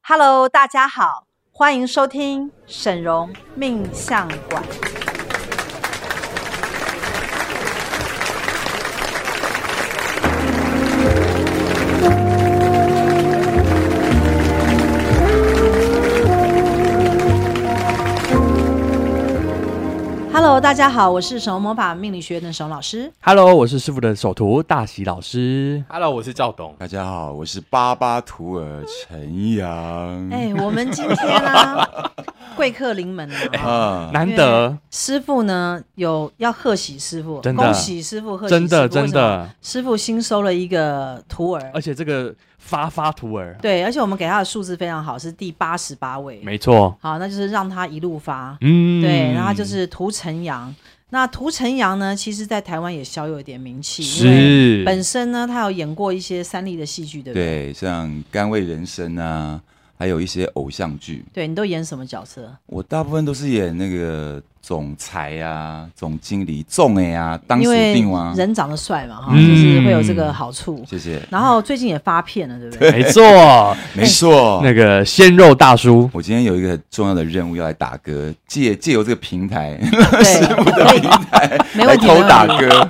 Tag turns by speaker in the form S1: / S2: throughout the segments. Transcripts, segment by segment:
S1: Hello，大家好，欢迎收听沈荣命相馆。Hello，大家好，我是沈荣魔法命理学院的沈荣老师。
S2: Hello，我是师傅的首徒大喜老师。
S3: Hello，我是赵董。
S4: 大家好，我是巴巴图尔陈阳。
S1: 哎、我们今天啊，贵客临门啊，
S4: 啊，
S2: 难得，
S1: 师傅呢有要贺喜师傅，
S2: 真的
S1: 恭喜师傅，贺喜师傅
S2: 真的真，
S1: 为什么
S2: 的，
S1: 师傅新收了一个徒儿
S2: 而，且这个发发图儿，
S1: 对，而且我们给他的数字非常好，是第八十八位，
S2: 没错，
S1: 好，那就是让他一路发，
S2: 嗯，
S1: 对，然后他就是涂成阳。那涂成阳呢，其实在台湾也小有一点名气，因为
S2: 是
S1: 本身呢他有演过一些三立的戏剧，对不对？
S4: 对，像《甘味人生》啊，还有一些偶像剧，
S1: 对你都演什么角色？
S4: 我大部分都是演那个总裁啊、总经理、总哎啊、当
S1: 因
S4: 属
S1: 为
S4: 定啊。
S1: 人长得帅嘛，哈，
S2: 嗯
S1: 就是会有这个好处。
S4: 谢谢，
S1: 然后最近也发片了，对 不对？
S2: 没错，
S1: 哎
S4: 没错。
S2: 那个鲜肉大叔，
S4: 我今天有一个很重要的任务要来打歌，借借由这个平台
S1: 对，可以， 没
S4: 来
S1: 问题，
S4: 偷
S1: 没
S4: 打
S1: 问题。
S4: 歌。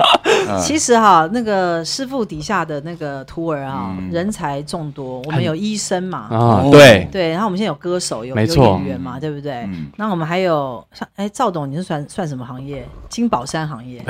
S1: 其实哈，那个师傅底下的那个徒儿啊，
S4: 嗯
S1: 人才众多，我们有医生嘛，
S2: 啊，
S4: 哦
S2: 对，
S1: 对，然后我们现在有歌手，有
S2: 没
S1: 有
S2: 错
S1: 演员嘛，对不对
S4: 嗯？
S1: 那我们还有像哎，赵董，你是算算什么行业？金宝山行 业，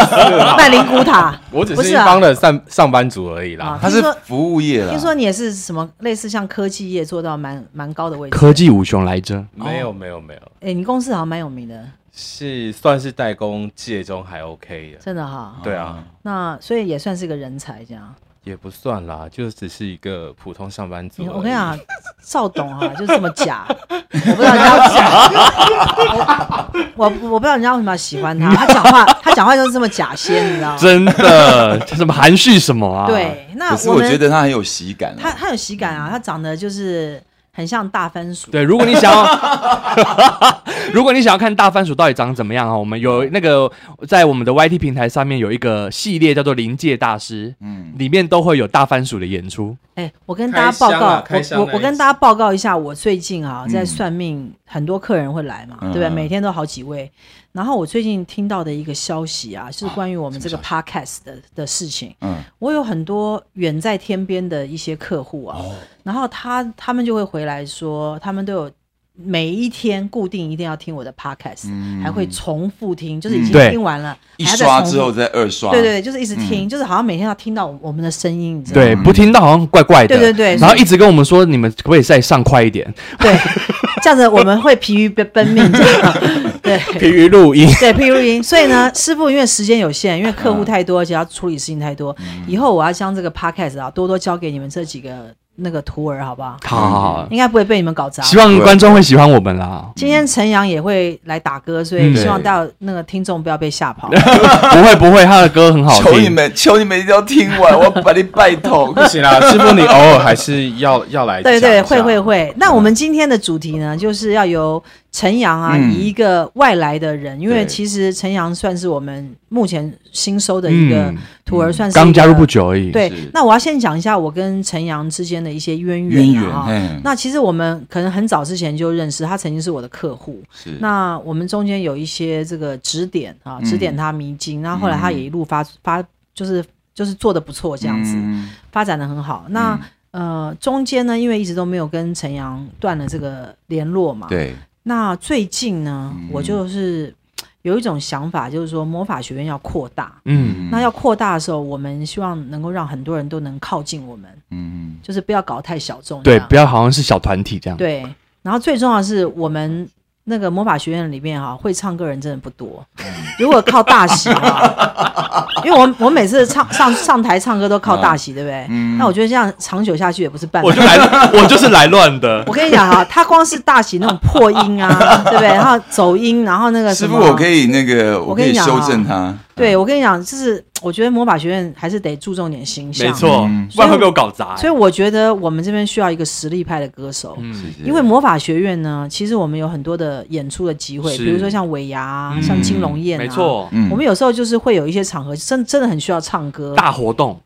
S1: 卖灵骨塔。
S3: 我只
S1: 不
S3: 是
S1: 是
S3: 一
S1: 啊
S3: 方的上上班族而已
S1: 啊
S3: 啦。
S4: 他
S1: 听
S4: 是啊
S1: 说
S4: 服务业啦
S1: 听，说你也是什么类似像科技业做到蛮蛮高的位置？
S2: 科技五雄来着，
S3: 没有没有没有，
S1: 哎，你公司好像蛮有名的，
S3: 是算是代工界中还 OK 的。
S1: 真的哈。
S3: 对啊，
S1: 那所以也算是个人才这样。
S3: 也不算啦，就只是一个普通上班族而
S1: 你
S3: 已。
S1: 我跟你讲，赵董啊，就是这么假，我不知道人家假，我我我不知道人家为什么要喜欢他，他讲话他讲话就是这么假仙，你知道吗？
S2: 真的，这什么含蓄什么啊？，
S1: 对，那
S4: 可是
S1: 我
S4: 我
S1: 们
S4: 觉得他很有喜感啊。
S1: 他他有喜感啊，他长得就是很像大番薯，
S2: 对，如果你想要，如果你想要 看大番薯到底长怎么样啊，我们有
S4: 嗯
S2: 那个在我们的 YT 平台上面有一个系列叫做《临界大师》，
S4: 嗯，
S2: 里面都会有大番薯的演出。
S1: 哎，我跟大家报告，
S3: 开箱啊开箱
S1: 我我
S3: 那一
S1: 我跟
S3: 集
S1: 大家报告一下，我最近啊在
S4: 嗯
S1: 算命，很多客人会来嘛，
S4: 嗯
S1: 对吧？
S4: 嗯
S1: 每天都好几位。然后我最近听到的一个消息啊，是关于我们这个 podcast 的的事情。
S4: 嗯，
S1: 我有很多远在天边的一些客户啊，
S4: 哦
S1: 然后他他们就会回来说，他们都有每一天固定一定要听我的 podcast，、
S4: 嗯
S1: 还会重复听，就是已经
S2: 嗯对
S1: 听完了，
S4: 一
S1: 还要再
S4: 刷
S1: 重
S4: 之后
S1: 复
S4: 再二刷。嗯
S1: 对对对，就是一直听，就是好像每天要听到我们的声音，你知道吗？
S2: 对，不听到好像怪怪的。
S1: 对对对
S2: 然后一直跟我们说，你们可不可以再上快一点？
S1: 对，这样子我们会疲于奔奔命，这 样对。
S2: 于录 音。
S1: 对，譬如音，所以呢，师傅因为时间有限，因为客户太多，而且要处理事情太多，
S4: 嗯
S1: 以后我要将这个 podcast 啊多多交给你们这几个那个徒儿，好不好？
S2: 好好好，
S1: 应该不会被你们搞砸。
S2: 希望观众会喜欢我们啦，
S1: 今天陈阳也会来打歌，所以
S2: 嗯
S1: 希望大家那个听众不要被吓 跑。
S2: 不会不会，他的歌很好
S4: 求你
S2: 听。
S4: 们，求你们一定要听完，我要把你拜 托。
S3: 不行 啦，师傅你偶尔还是要要来讲
S1: 对
S3: 一下。
S1: 对，会会
S2: 嗯
S1: 会。那我们今天的主题呢，就是要由陈阳啊，
S4: 嗯
S1: 以一个外来的人，因为
S4: 对
S1: 其实陈阳算是我们目前新收的一个
S2: 嗯
S1: 徒儿，算是
S2: 刚
S1: 一
S2: 加
S1: 个
S2: 入不久而已。
S1: 对
S4: 是，
S1: 那我要先讲一下我跟陈阳之间的一些渊
S4: 渊
S1: 源
S4: 源，
S1: 啊。
S4: 嘿
S1: 那其实我们可能很早之前就认识，他曾经是我的客户。
S4: 是
S1: 那我们中间有一些这个指点啊，
S4: 嗯
S1: 指点他迷津，然后后来他也一路发发，就是就是做的不错，这样子、
S4: 嗯
S1: 发展的很好。那、呃中间呢，因为一直都没有跟陈阳断了这个联络嘛。。
S4: 对，
S1: 那最近呢，
S4: 嗯
S1: 我就是有一种想法，就是说魔法学院要扩大。
S2: 嗯，
S1: 那要扩大的时候，我们希望能够让很多人都能靠近我们，
S4: 嗯
S1: 就是不要搞太小众这
S2: 对，
S1: 样。
S2: 不要好像是小团体这样。
S1: 啊对。然后最重要的是，我们那个魔法学院里面哈、会唱歌人真的不多。 如果靠大喜哈、因为我我每次唱上上台唱歌都靠大喜，对不对？那我觉得这样长久下去也不是办法
S2: 我。就来，我就是来 乱的。
S1: 我跟你讲哈、他光是大喜那种破音啊，对不对？然后走音，然后那个
S4: 师
S1: 什
S4: 傅，
S1: 么，
S4: 我可以那个，我可
S1: 跟
S4: 以
S1: 你讲
S4: 修
S1: 啊
S4: 正他。
S1: 对我跟你讲，就是我觉得魔法学院还是得注重点形象。
S2: 没错
S4: 嗯，
S2: 不然会被我搞砸。
S1: 所以我觉得我们这边需要一个实力派的歌手，
S4: 谢
S2: 嗯，
S4: 谢，
S1: 因为魔法学院呢，其实我们有很多的演出的机会，
S2: 是
S1: 比如说像尾牙、啊、
S2: 嗯
S1: 像金龙宴、啊，
S2: 没。错，
S4: 嗯
S1: 啊我们有时候就是会有一些场合，真真的很需要唱歌。
S2: 大活动。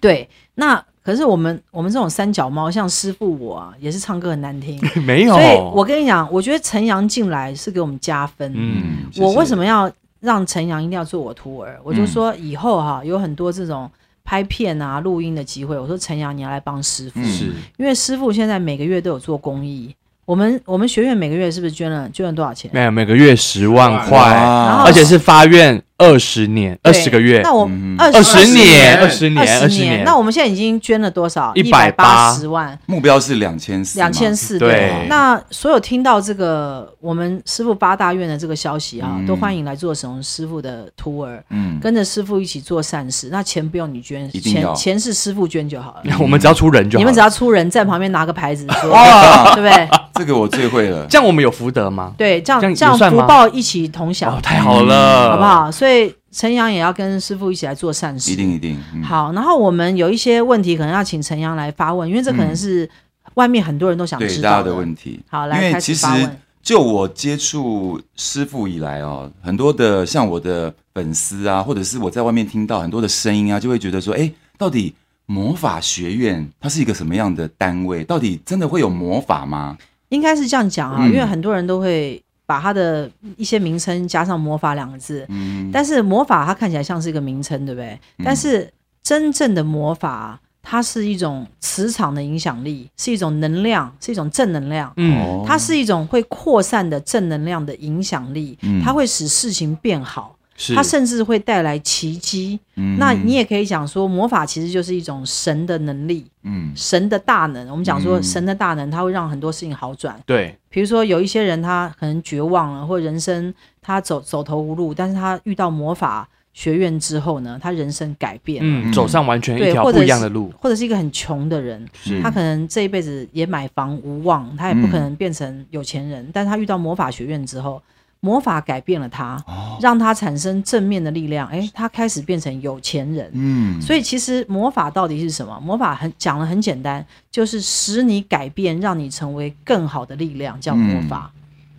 S1: 对，那可是我们我们这种三脚猫，像师傅我啊，也是唱歌很难听，
S2: 没有，
S1: 所以我跟你讲，我觉得陈阳进来是给我们加分。
S2: 嗯，
S4: 谢谢
S1: 我为什么要让陈阳一定要做我徒儿？我就说以后哈、有很多这种拍片啊、录音的机会，我说陈阳你要来帮师傅，
S4: 嗯
S2: 是
S1: 因为师傅现在每个月都有做公益。我们我们学院每个月是不是捐了捐了多少钱？
S2: 没有每个月十万块，
S1: 然
S4: 哇
S1: 后
S2: 而且是发愿二十年，二
S1: 对
S2: 十个月，
S1: 哦那我
S4: 嗯
S1: 二
S2: 二
S1: 十
S2: 十年，二
S3: 二
S2: 十
S3: 十
S2: 年，
S1: 二
S2: 二
S1: 十
S2: 十
S1: 年，
S2: 年。
S1: 那我们现在已经捐了多少？
S2: 180
S1: 八十万。
S4: 目标是两千四，
S1: 两千四
S2: 对
S1: 那所有听到这个我们师傅八大院的这个消息啊，
S4: 嗯
S1: 都欢迎来做沈荣师傅的徒儿，
S4: 嗯，
S1: 跟着师傅一起做善事。那钱不用你捐，
S4: 一定要
S1: 钱钱是师傅捐就好了。
S2: 我们只要出人就好了，哦
S1: 你们只要出人在旁边拿个牌子说，
S4: 哇
S1: 对不 对？
S4: 这个我最会了。
S2: 这样，我们有福德吗？
S1: 对，这
S2: 这样
S1: 样
S2: 也
S1: 这样
S2: 算
S1: 福
S2: 吗
S1: 报一起同享，
S2: 哦，太好了，
S4: 呃
S1: 好不？好？所以陈阳也要跟师傅一起来做善事。
S4: 一定一定，嗯，
S1: 好，然后我们有一些问题可能要请陈阳来发问，因为这可能是外面很多人都想
S4: 对
S1: 知
S4: 大
S1: 道
S4: 家的问题。
S1: 好，
S4: 因
S1: 来
S4: 为
S1: 开
S4: 其
S1: 始
S4: 实
S1: 发问。
S4: 就我接触师傅以来哦，很多的像我的粉丝啊，或者是我在外面听到很多的声音啊，就会觉得说，哎，到底魔法学院它是一个什么样的单位？到底真的会有魔法吗？
S1: 应该是这样讲啊，因
S4: 嗯
S1: 为很多人都会把它的一些名称加上“魔法”两个字，
S4: 嗯，
S1: 但是魔法它看起来像是一个名称，对不对？但是真正的魔法，它是一种磁场的影响力，是一种能量，是一种正能量。
S2: 嗯，
S4: 哦
S1: 它是一种会扩散的正能量的影响力，
S4: 嗯
S1: 它会使事情变好，
S2: 是
S1: 它甚至会带来奇迹。
S4: 嗯
S1: 那你也可以讲说，魔法其实就是一种神的能力，
S4: 嗯
S1: 神的大能。我们讲说，
S4: 嗯
S1: 神的大能，它会让很多事情好转。
S2: 对，
S1: 比如说有一些人他可能绝望了，或人生他走走投无路，但是他遇到魔法学院之后呢，他人生改变了，
S2: 嗯，走上完全一
S1: 对
S2: 条
S1: 或者
S2: 不一样
S1: 是
S2: 的路，
S1: 或者是一个很穷的人，
S4: 是
S1: 他可能这一辈子也买房无望，他也不可能变成有钱人，但他遇到魔法学院之后。魔法改变了他，让他产生正面的力量。诶，他开始变成有钱人。
S4: 嗯
S1: 所以其实魔法到底是什么？魔法很讲的很简单，就是使你改变，让你成为更好的力量，叫魔法。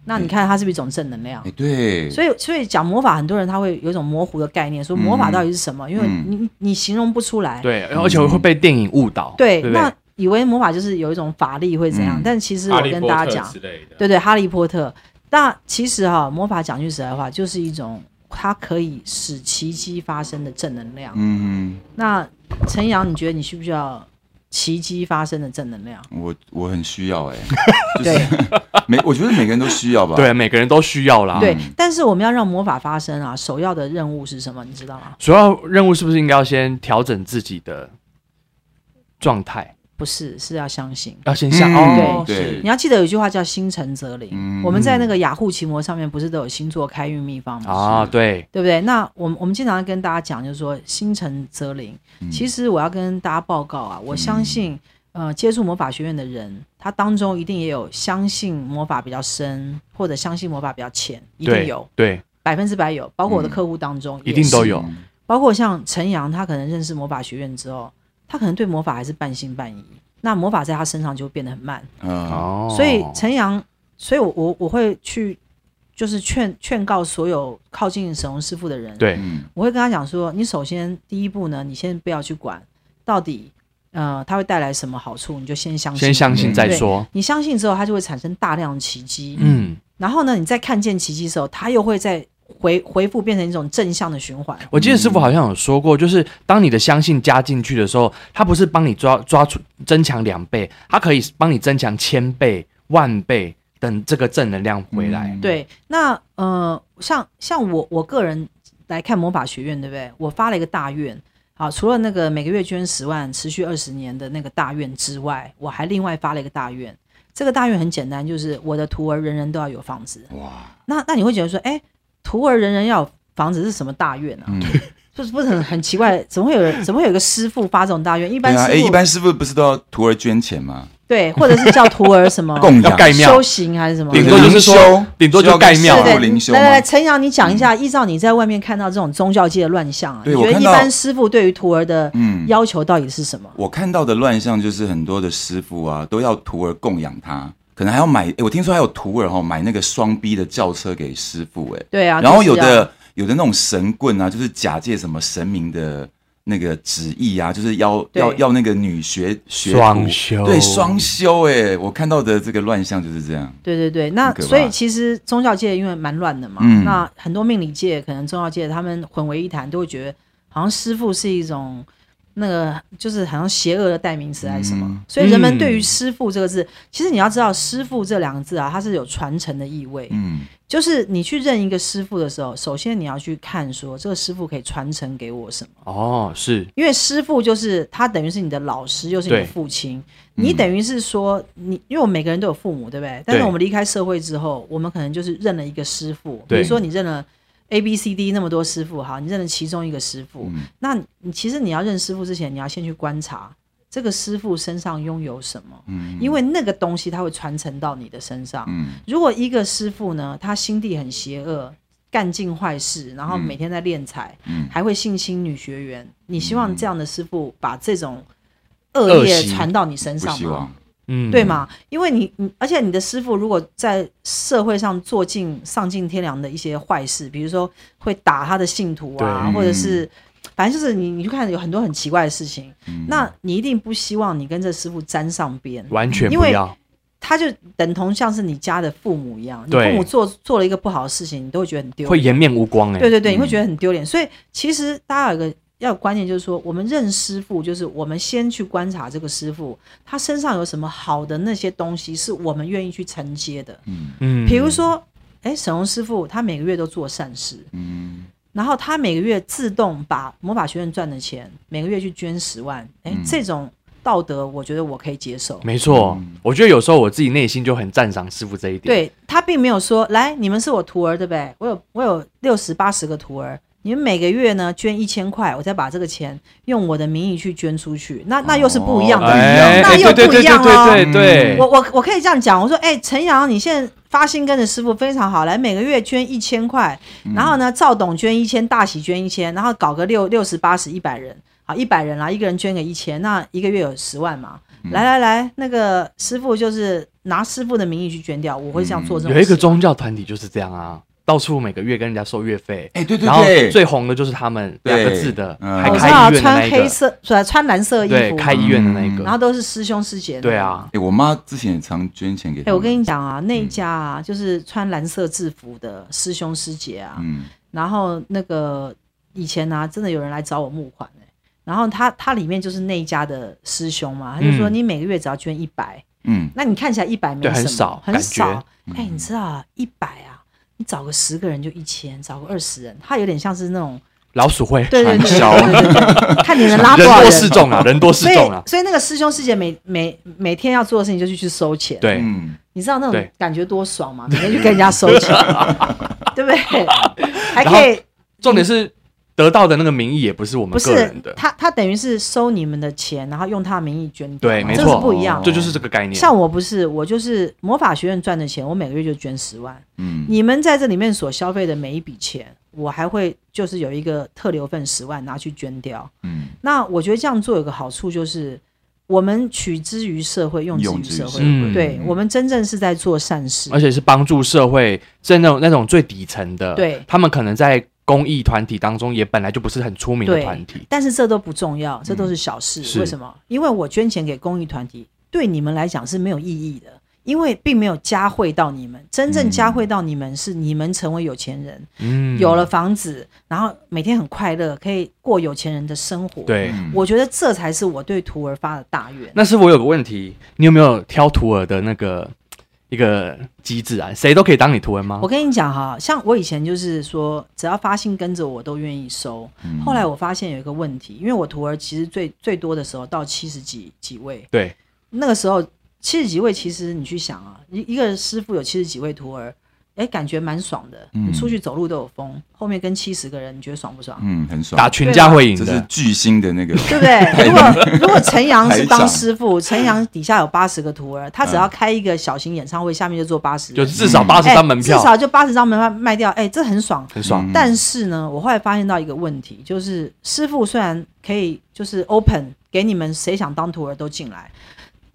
S1: 那你看它是不是一种正能量
S4: 哎、？对，
S1: 所以，所以讲魔法，很多人他会有一种模糊的概念，说魔法到底是什么？因为你你你形容不出来。
S2: 对，而且会被电影误导，
S1: 对
S2: 对不
S1: 那
S2: 对？
S1: 以为魔法就是有一种法力会怎样？
S4: 嗯
S1: 但其实
S3: 哈
S1: 我
S3: 利
S1: 跟
S3: 波
S1: 大家
S3: 特
S1: 讲，
S3: 之类的，
S1: 对对，哈利波特。那其实哈、魔法讲句实在话，就是一种它可以使奇迹发生的正能量。
S4: 嗯，
S1: 那陈阳，你觉得你需不需要奇迹发生的正能量？
S4: 我我很需要哎、
S1: 对
S4: 每我觉得每个人都需要吧。
S2: 对，每个人都需要啦。
S1: 对，但是我们要让魔法发生啊，首要的任务是什么？你知道吗？
S2: 主要任务是不是应该要先调整自己的状态，
S1: 不是，是要相信。
S2: 要先下、
S4: 嗯
S2: 哦，
S4: 对
S2: 是
S1: 你要记得有一句话叫“心诚则灵”。
S4: 嗯
S1: 我们在那个雅虎奇摩上面不是都有星座开运秘方吗？
S2: 啊，对，
S1: 对不对？那我们我们经常跟大家讲，就是说心诚则灵。
S2: 嗯
S1: 其实我要跟大家报告啊，我相信，呃，接触魔法学院的人，他当中一定也有相信魔法比较深，或者相信魔法比较浅，一定
S2: 对
S1: 有。
S2: 对，
S1: 百分之百有，包括我的客户当中、
S2: 一定都，有，
S4: 嗯
S1: 包括像陈阳，他可能认识魔法学院之后，他可能对魔法还是半信半疑，那魔法在他身上就会变得很慢，
S4: 嗯
S2: 哦，
S1: 所以陈阳，所以我我我会去就是劝劝告所有靠近沈龙师傅的人，
S2: 对，
S4: 嗯
S1: 我会跟他讲说，你首先第一步呢，你先不要去管到底呃它会带来什么好处，你就先相信，
S2: 先相信再
S1: 嗯对
S2: 说，
S1: 你相信之后，它就会产生大量的奇迹，
S2: 嗯。
S1: 然后呢，你再看见奇迹的时候，它又会再回回复变成一种正向的循环。
S2: 我记得师
S1: 嗯
S2: 傅好像有说过，就是当你的相信加进去的时候，它不是帮你抓抓出增强两倍，它可以帮你增强千倍、万倍，等这个正能量回来。
S4: 嗯
S1: 对，那呃，像像我我个人来看魔法学院，对不对？我发了一个大愿，啊，除了那个每个月捐十万、持续二十年的那个大愿之外，我还另外发了一个大愿。这个大愿很简单，就是我的徒儿人人都要有房子。
S4: 哇，
S1: 那那你会觉得说，哎，徒儿人人要有房子是什么大愿啊？
S4: 嗯，
S1: 就是不是很很奇怪？怎么会有人怎么会有一个师傅发这种大愿？一般
S4: 对
S1: 师
S4: 啊，
S1: 傅
S4: 哎、一般师傅不是都要徒儿捐钱吗？
S1: 对，或者是叫徒儿什么
S4: 供
S2: 要
S4: 养，
S2: 盖庙
S1: 修，行还是什么的？
S2: 哦顶多就是
S4: 灵修
S2: 说顶多就盖庙
S4: 需要
S2: 啊
S4: 跟
S1: 对
S4: 师
S1: 对
S4: 傅灵修吗嗯
S1: 来来来，陈阳，你讲一下，依照你在外面看到这种宗教界的乱象啊，你
S4: 对
S1: 觉
S4: 我
S1: 得
S4: 看
S1: 一
S4: 到
S1: 般师傅对于徒儿的
S4: 嗯
S1: 要求到底是什么？
S4: 我看到的乱象就是很多的师傅啊，都要徒儿供养他，可能还要买。诶我听说还有徒儿哈、买那个双逼的轿车给师傅哎、
S1: 对啊，
S4: 然后
S1: 就是
S4: 有
S1: 啊
S4: 的有的那种神棍啊，就是假借什么神明的。那个旨意啊，就是要
S1: 对
S4: 要要那个女学学徒
S2: 双修
S4: 对双修哎、我看到的这个乱象就是这样，
S1: 对对对，那
S4: 很可怕
S1: 所以其实宗教界因为蛮乱的嘛，
S4: 嗯
S1: 那很多命理界可能宗教界他们混为一谈，都会觉得好像师傅是一种那个就是好像邪恶的代名词还是什么，
S4: 嗯
S1: 所以人们对于
S2: 嗯
S1: 师傅这个字，其实你要知道师傅这两个字啊，它是有传承的意味，
S4: 嗯
S1: 就是你去认一个师傅的时候，首先你要去看说这个师傅可以传承给我什么。
S2: 哦，是
S1: 因为师傅就是他，等于是你的老师，又是你的
S2: 对
S1: 父亲。
S4: 嗯
S1: 你等于是说，你因为我们每个人都有父母，对不对？但是我们离开社会之后，我们可能就是认了一个师傅，比
S2: 对
S1: 如说你认了 A、B、C、D 那么多师傅，好，你认了其中一个师傅。
S4: 嗯
S1: 那你你其实你要认师傅之前，你要先去观察这个师傅身上拥有什么，
S4: 嗯
S1: 因为那个东西它会传承到你的身上。
S4: 嗯
S1: 如果一个师傅呢，他心地很邪恶，干尽坏事，然后每天在敛财，
S4: 嗯
S1: 还会性侵女学员，你希望这样的师傅把这种恶
S2: 恶
S1: 业
S2: 习
S1: 传到你身
S4: 不
S1: 上
S4: 希
S1: 吗？
S4: 望，
S2: 嗯，
S1: 对？吗？因为你，你而且你的师傅如果在社会上做尽丧尽天良的一些坏事，比如说会打他的信徒啊，
S2: 对
S4: 嗯
S1: 或者是反正就是你，你去看有很多很奇怪的事情，
S4: 嗯
S1: 那你一定不希望你跟这师傅沾上边。
S2: 完全
S1: 因
S2: 不
S1: 为
S2: 要，
S1: 他就等同像是你家的父母一样，你
S2: 对
S1: 父母做做了一个不好的事情，你都会觉得很丢
S2: 会
S1: 脸。
S2: 颜面无光哎、
S1: 对对对，你会
S4: 嗯
S1: 觉得很丢脸。所以其实大家有个要有观念，就是说我们认师傅，就是我们先去观察这个师傅他身上有什么好的那些东西，是我们愿意去承接的。
S4: 嗯
S2: 嗯，
S1: 比如说，哎，沈荣师傅他每个月都做善事，
S4: 嗯
S1: 然后他每个月自动把魔法学院赚的钱，每个月去捐十万，哎，
S4: 嗯
S1: 这种道德我觉得我可以接受。
S2: 没错，我觉得有时候我自己内心就很赞赏师傅这一点。，
S1: 嗯对他并没有说，来，你们是我徒儿，对不对？我有我有六十八十个徒儿，你们每个月呢捐一千块，我再把这个钱用我的名义去捐出去，那那又是不一样的。
S4: 哦
S2: 哎，
S1: 那又
S2: 对
S1: 不一样
S2: 对
S1: 哦
S2: 对对对对
S1: 我我我可以这样讲，我说，哎，陈阳，你现在发心跟着师傅非常好，来每个月捐一千块，
S2: 嗯
S1: 然后呢，赵董捐一千，大喜捐一千，然后搞个六六十八十一百人，好，一百人啦，一个人捐个一千，那一个月有十万嘛。
S2: 嗯
S1: 来来来，那个师傅就是拿师傅的名义去捐掉，我会这样做这种
S2: 嗯有一个
S1: 事
S2: 宗教团体就是这样啊，到处每个月跟人家收月费。
S4: 哎、对对
S2: 然后
S4: 对，
S2: 最红的就是他们
S4: 对
S2: 两个字的，
S4: 嗯
S2: 还
S1: 哦我知
S2: 开
S1: 道
S2: 医院的那
S1: 穿
S2: 一
S1: 黑
S2: 个，
S1: 色，呃穿蓝色衣
S2: 对，
S1: 服，嗯
S2: 开医院的那一
S1: 然
S2: 个，
S1: 后都是师兄师姐。
S2: 对。啊，嗯
S4: 哎、我妈之前也常捐钱给
S1: 哎、
S4: 他们，
S1: 我跟你讲啊，那一家啊，就是穿蓝色制服的师兄师姐啊，
S4: 嗯
S1: 然后那个以前啊，真的有人来找我募款、欸、然后他他里面就是那一家的师兄嘛，他就说
S2: 嗯
S1: 你每个月只要捐一百、
S4: 嗯
S1: 那你看起来一百没
S2: 对
S1: 什么，
S2: 很少
S1: 很
S2: 感
S1: 少
S2: 觉。嗯
S1: 哎、你知道啊，一百啊，你找个十个人就一千，找个二十人，他有点像是那种
S2: 老鼠会，
S1: 对对对
S4: 传销
S1: 对对对 对看你能拉多
S2: 人
S1: 少
S2: 多
S1: 人。
S2: 势众啊，人多势
S1: 所以
S2: 众啊，，
S1: 所以那个师兄师姐每每每天要做的事情就是去收钱。
S2: 对，
S4: 嗯，
S1: 你知道那种
S2: 对
S1: 感觉多爽吗？每天去跟人家收 钱，对不对？还可以
S2: 重点是得到的那个名义也不是我
S1: 不
S2: 们个
S1: 是
S2: 人的，
S1: 他，他等于是收你们的钱，然后用他的名义捐掉
S2: 对
S1: 嘛
S2: 没
S1: 这个
S2: 错
S1: 是不一样
S4: 哦
S1: 的。
S2: 这就是这个概念。
S1: 像我不是，我就是魔法学院赚的钱，我每个月就捐十万。
S4: 嗯
S1: 你们在这里面所消费的每一笔钱，我还会就是有一个特留份十万拿去捐掉。
S4: 嗯
S1: 那我觉得这样做有个好处就是，我们取之于社会，用之
S4: 用
S1: 于
S4: 之于
S1: 社
S4: 社
S1: 会。
S4: 会，
S2: 嗯
S1: 对我们真正是在做善事
S2: 而。且是帮助社会，在那种那种最底层的，
S1: 对
S2: 他们可能在公益团体当中也本来就不是很出名的
S1: 对
S2: 团体，
S1: 但是这都不重要，这都是小事。
S2: 嗯是
S1: 为什么？因为我捐钱给公益团体，对你们来讲是没有意义的，因为并没有加惠到你们。真正加惠到你们是你们成为有钱人，
S2: 嗯，
S1: 有了房子，然后每天很快乐，可以过有钱人的生活。，
S2: 对。
S4: 嗯
S1: 我觉得这才是我对徒儿发的大愿。
S2: 那师傅我有个问题，你有没有挑徒儿的那个一个机制啊？谁都可以当你徒儿吗
S1: 我？跟你讲哈，像我以前就是说，只要发信跟着我都愿意收。
S4: 嗯
S1: 后来我发现有一个问题，因为我徒儿其实最最多的时候到七十几几位，
S2: 对，
S1: 那个时候七十几位，其实你去想啊，一一个师傅有七十几位徒儿，哎，感觉蛮爽的。
S4: 嗯
S1: 你出去走路都有风，后面跟七十个人，你觉得爽不爽？
S4: 嗯很爽，
S2: 打群架会赢
S4: 这是
S2: 的，
S4: 巨星的那个，
S1: 对 不对？如果如果陈阳是
S4: 排
S1: 当
S4: 长
S1: 师傅，陈阳底下有八十个徒儿，他只要开一个小型演唱会，下面就做八十，
S2: 嗯就至少八十
S1: 哎
S2: 张门票
S1: 至，少就八十张门票卖掉，哎，这很 爽。
S2: 很爽。
S4: 嗯
S1: 但是呢，我后来发现到一个问题，就是师傅虽然可以就是 open 给你们谁想当徒儿都进来，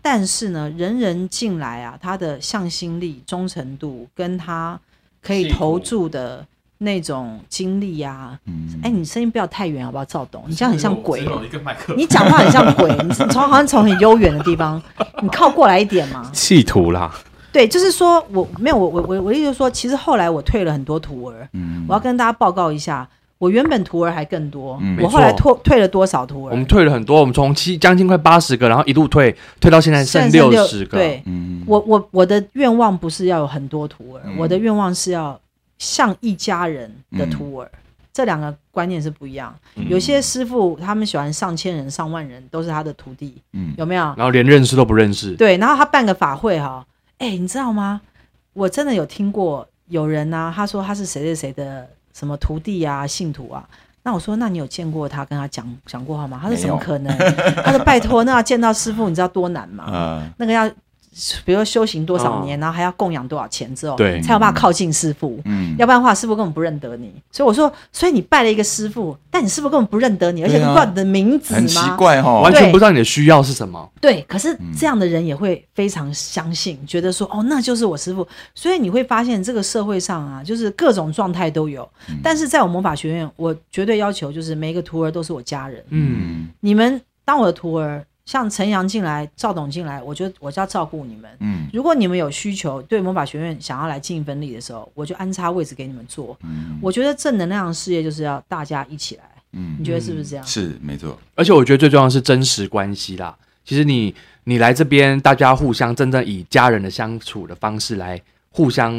S1: 但是呢，人人进来啊，他的向心力、忠诚度跟他可以
S3: 信徒
S1: 投注的那种经历啊。
S4: 嗯
S1: 哎，你声音不要太远，好不好？赵董，你这样很像鬼
S5: 只。有一个麦克风，
S1: 你讲话很像鬼， 你从好像从很悠远的地方，你靠过来一点嘛。
S3: 企图啦，
S1: 对，就是说我没有我我我我的意思就是说，其实后来我退了很多徒儿，
S4: 嗯
S1: 我要跟大家报告一下，我原本徒儿还更多，
S4: 嗯
S1: 我
S2: 没
S1: 后来退
S2: 错
S1: 退了多少徒儿？
S2: 我们退了很多，我们从七将近快八十个，然后一路退，退到现在
S1: 剩
S2: 剩
S1: 剩
S2: 六十个。
S1: 对，
S4: 嗯
S1: 我我我的愿望不是要有很多徒儿，
S2: 嗯
S1: 我的愿望是要像一家人的徒
S2: 嗯
S1: 儿。这两个观念是不一样。有些师傅他们喜欢上千人、上万人，都是他的徒弟，
S4: 嗯
S1: 有没有？
S2: 然后连认识都不认识。
S1: 对，然后他办个法会哈、哎，你知道吗？我真的有听过有人呐、他说他是谁谁谁的什么徒弟啊、信徒啊。那我说，那你有见过他，跟他讲讲过话吗？他说
S4: 没
S1: 怎么
S4: 有
S1: 可能？他说拜托，那要见到师傅，你知道多难吗？
S4: 呃
S1: 那个要，比如说修行多
S4: 嗯
S1: 少年，然后还要供养多少钱之后，
S2: 对
S1: 才有办法靠近师傅。
S4: 嗯
S1: 要不然的话，师傅根本不认得你。所以我说，所以你拜了一个师傅，但你师傅根本不认得你，而且
S4: 对
S1: 你
S4: 啊
S1: 不知道你的名字
S4: 很奇
S1: 吗？
S4: 怪哈
S2: 完，全不知道你的需要是什么，
S1: 对，可是这样的人也会非常相信，觉得说哦，那就是我师傅。所以你会发现，这个社会上啊，就是各种状态都有。但是在我魔法学院，我绝对要求就是每一个徒儿都是我家人。
S2: 嗯，
S4: 嗯
S1: 你们当我的徒儿，像陈阳进来、赵董进来，我觉得我就要照顾你们。
S4: 嗯
S1: 如果你们有需求，对魔法学院想要来尽一份力的时候，我就安插位置给你们做。
S4: 嗯
S1: 我觉得正能量的事业就是要大家一起来，你
S4: 嗯，
S1: 觉得是不是这样？
S4: 是没错，
S2: 而且我觉得最重要的是真实关系啦。其实你你来这边，大家互相真正以家人的相处的方式来互相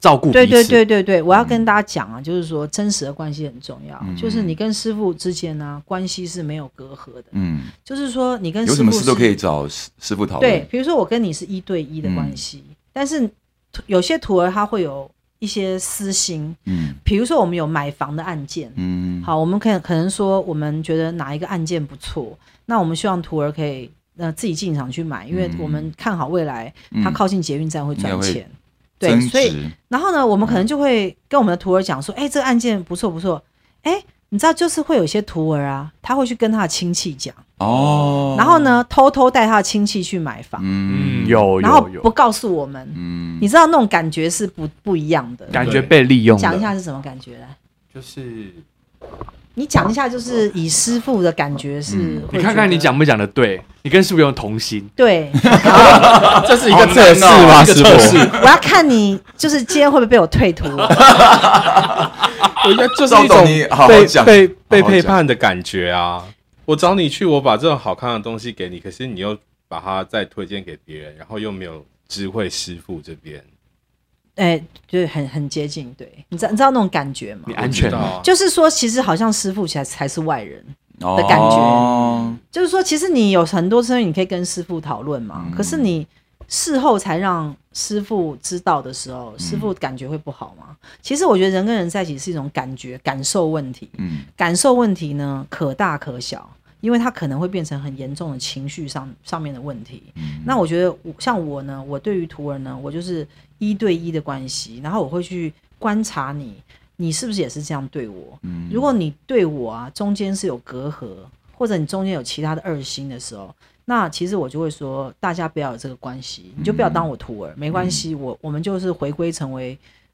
S2: 照顾彼
S1: 对
S2: 此，
S1: 对对对对，我要跟大家讲啊，就是说真实的关系很重要，啊
S4: 嗯
S1: 就是你跟师傅之间呢、关系是没有隔阂的，
S4: 嗯，
S1: 就是说你跟
S4: 有
S1: 师
S4: 什
S1: 傅
S4: 么事都可
S1: 以
S4: 以找师师傅讨
S1: 对
S4: 论，，嗯
S1: 比如说我跟你是一对一的关系，但是有些徒儿他会有一些私心，
S4: 嗯
S1: 比如说我们有买房的案件，
S4: 嗯，
S1: 好，我们可可能说，我们觉得哪一个案件不错，那我们希望徒儿可以呃自己进场去买，因为我们看好未来
S4: 嗯，
S1: 它靠近捷运站会
S4: 应
S1: 赚
S4: 该会
S1: 钱，对，
S4: 增
S1: 所以
S4: 值，
S1: 然后呢，我们可能就会跟我们的徒儿讲说，哎、这个案件不错不错，哎、你知道就是会有一些徒儿啊，他会去跟他的亲戚讲，
S4: 哦，
S1: 然后呢，偷偷带他的亲戚去买房，
S4: 嗯，
S2: 嗯，有
S1: 然后
S2: 有
S1: 不
S2: 有，
S1: 告诉我们，
S4: 嗯，
S1: 你知道那种感觉是不不一样的。
S2: 感觉被利用了。
S1: 讲一下是什么感觉呢？
S5: 就是
S1: 你讲一下，就是以师傅的感觉是
S4: 嗯
S1: 会觉得，
S2: 你看看你讲不讲的对，你跟是不是有同心？
S1: 对，
S3: 啊这哦是一
S4: 个
S3: 个测
S4: 测试
S3: 试
S4: 吗
S3: 吗，
S4: 师
S3: 师
S4: 傅
S3: 傅？
S1: 我要看你就是今天会不会被我退图、
S3: 我觉得就是
S4: 赵
S3: 一
S4: 董
S3: 种
S4: 你好好
S3: 被
S4: 讲
S3: 被被
S4: 好好
S3: 背
S4: 讲
S3: 叛的感觉啊！我找你去，我把这种好看的东西给你，可是你又把它再推荐给别人，然后又没有知会师傅这边，
S1: 哎、就是很很接近，对你知道你知道那种感觉吗
S2: 你？
S3: 我
S2: 安
S3: 知
S2: 全
S3: 道
S2: 吗？
S3: 啊。
S1: 就是说，其实好像师傅才才是外人，
S4: 的
S1: 感觉
S4: 觉，
S1: 就是说，其实你有很多东西你可以跟师傅讨论嘛，可是你事后才让师傅知道的时候，师傅感觉会不好吗？其实我觉得人跟人在一起是一种感觉、感受问题，
S4: 嗯
S1: 感受问题呢可大可小，因为它可能会变成很严重的情绪上上面的问题。
S2: 嗯
S1: 那我觉得我像我呢，我对于徒儿呢，我就是一对一的关系，然后我会去观察你，你是不是也是这样对我？
S4: 嗯
S1: 如果你对我啊中间是有隔阂，或者你中间有其他的二心的时候。那其实我就会说，大家不要有这个关系，你就不要当我徒儿，没关系，我我们就是回归成为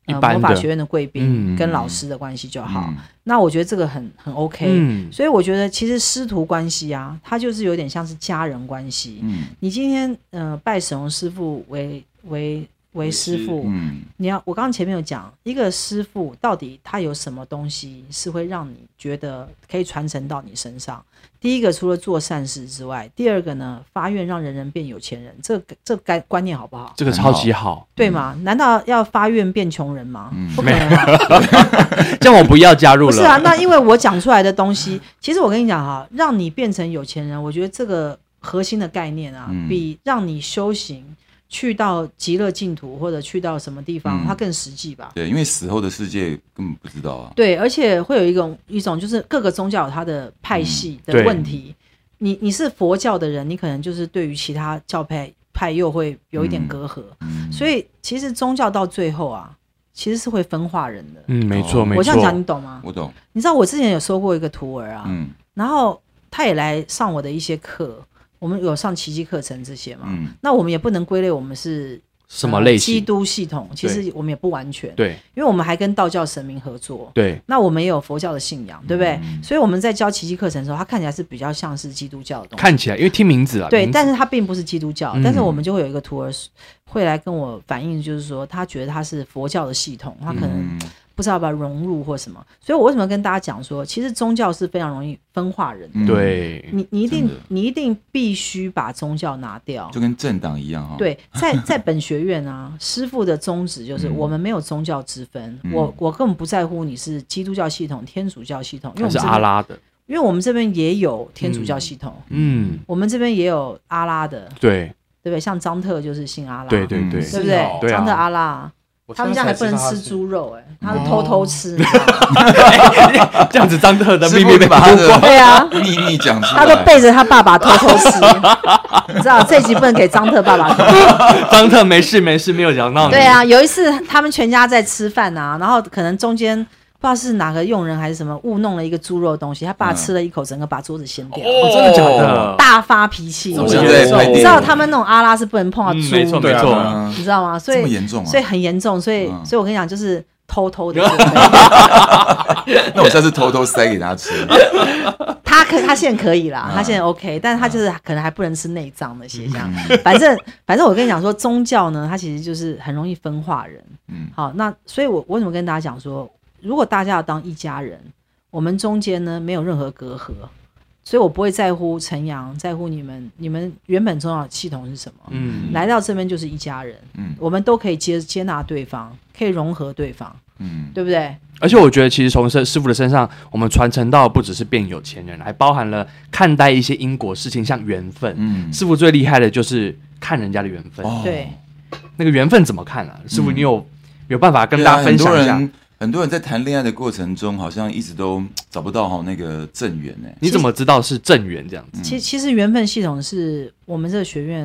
S1: 呃
S2: 嗯一般
S1: 魔法
S2: 的
S1: 学院的贵宾
S2: 嗯
S1: 跟老师的关系就好。
S4: 嗯
S1: 那我觉得这个很很 OK，、
S2: 嗯，
S1: 所以我觉得其实师徒关系啊，它就是有点像是家人关系。
S4: 嗯
S1: 你今天呃拜沈荣师傅为为为师傅，
S4: 嗯
S1: 你要我刚刚前面有讲，一个师傅到底他有什么东西是会让你觉得可以传承到你身上？第一个除了做善事之外，第二个呢发愿让人人变有钱人，这个这个该观念好不好？
S2: 这个超级好，
S1: 对吗？难道要发愿变穷人吗？
S4: 嗯
S1: 不可能吧。
S2: 这样我不要加入
S1: 不
S2: 了。
S1: 是啊，那因为我讲出来的东西， 其实我跟你讲哈、让你变成有钱人，我觉得这个核心的概念啊，
S4: 嗯
S1: 比让你修行去到极乐净土或者去到什么地方，
S4: 嗯
S1: 它更实际吧。
S4: 对，因为死后的世界根本不知道啊，
S1: 对，而且会有一种一种就是各个宗教有它的派系的
S2: 嗯对
S1: 问题。你你是佛教的人，你可能就是对于其他教派派又会有一点
S4: 嗯
S1: 隔阂，
S4: 嗯
S1: 所以其实宗教到最后啊，其实是会分化人的。
S2: 嗯，没
S4: 哦
S2: 错没
S1: 我这样讲，你
S2: 错，
S1: 懂吗？
S4: 我懂，
S1: 你知道我之前有收过一个徒儿啊，
S4: 嗯
S1: 然后他也来上我的一些课，我们有上奇迹课程这些嘛。
S4: 嗯
S1: 那我们也不能归类我们是呃
S2: 什么类
S1: 基
S2: 型？
S1: 督系统，其实我们也不完全，
S2: 对
S1: 因为我们还跟道教神明合作。
S2: 对
S1: 那我们也有佛教的信
S2: 嗯
S1: 仰，对不对？所以我们在教奇迹课程的时候，它看起来是比较像是基督教的东西。
S2: 看起来，因为听名字啊，
S1: 对，
S2: 名字
S1: 但是他并不是基督教，但是
S2: 嗯
S1: 我们就会有一个徒儿会来跟我反映，就是说他觉得他是佛教的系统，他可能
S4: 嗯
S1: 不知道要不要融入或什么。所以我为什么跟大家讲说，其实宗教是非常容易分化人的。
S4: 嗯
S2: 对，
S1: 你你一定
S4: 真的
S1: 你一定必须把宗教拿掉
S4: 就。跟政党一样哈、，
S1: 对，在在本学院啊，师傅的宗旨就是
S2: 嗯
S1: 我们没有宗教之分，
S4: 嗯
S1: 我我根本不在乎你是基督教系统、天主教系统，因为
S2: 它
S1: 我们
S2: 是
S1: 这边
S2: 阿，拉的，
S1: 因为我们这边也有天主教系统，
S2: 嗯，
S1: 我们这边也有阿拉的，
S2: 对
S1: 对不对？像张特就是信阿拉，
S2: 对对
S4: 嗯
S1: 对
S2: 对，
S1: 不
S3: 是
S1: 对
S3: 哦？
S2: 对啊哦
S1: 张特阿拉，
S3: 我
S1: 他们家还不能吃
S3: 现
S1: 猪肉，哎，他是偷偷 吃，你知道吗
S2: 这样子张特的
S4: 师
S2: 秘
S4: 傅
S2: 密被
S4: 把他的
S1: 对啊，
S4: 秘密讲出
S1: 他都
S4: 来，
S1: 背着他爸爸偷偷 吃，你知道这集不能给张特爸爸听。
S2: 张特没事没事，没有讲到你。
S1: 对，啊，有一次他们全家在吃饭啊，然后可能中间不知道是哪个佣人还是什么误弄了一个猪肉的东西，他爸
S4: 嗯
S1: 吃了一口，整个把桌子掀掉，
S2: 哦，真的假的？
S1: 大发脾气。
S4: 我
S3: 么
S4: 现
S3: 严
S4: 在哦
S3: 重
S4: 拍电影，
S1: 你知道他们那种阿拉是不能碰到
S2: 嗯
S1: 猪，
S2: 没错
S3: 对
S2: 没
S3: 啊对
S2: 错
S3: 啊，
S4: 嗯
S1: 你知道吗？所
S4: 这么
S1: 以
S4: 严重啊？
S1: 所以很严重，所以
S4: 嗯
S1: 所以我跟你讲，就是偷偷 的。
S4: 那我下次偷偷塞给他 吃，
S1: 他可他现在可以啦，
S4: 嗯
S1: 他现在 OK，但是他就是可能还不能吃内脏那些这样。 反正反正我跟你讲说，宗教呢，它其实就是很容易分化人。
S4: 嗯
S1: 好，那所以我，我为什么跟大家讲说，如果大家要当一家人，我们中间呢没有任何隔阂，所以我不会在乎陈阳，在乎你们，你们原本宗教系统是什么，
S2: 嗯，
S1: 来到这边就是一家人，
S4: 嗯
S1: 我们都可以接接纳对方，可以融合对方，
S4: 嗯，
S1: 对不对？
S2: 而且我觉得其实从师师傅的身上，我们传承到不只是变有钱人，还包含了看待一些因果事情，像缘分。
S4: 嗯
S2: 师傅最厉害的就是看人家的缘分，
S4: 哦
S1: 对，
S2: 那个缘分怎么看啊？师傅，
S4: 嗯
S2: 你有有办法跟
S4: 对
S2: 大
S4: 啊
S2: 家分享一
S4: 很多
S2: 下？
S4: 人很多人在谈恋爱的过程中，好像一直都嗯找不到哈那个正缘呢。
S2: 你怎么知道是正缘这样子？
S4: 嗯
S1: 其其实缘分系统是我们这个学院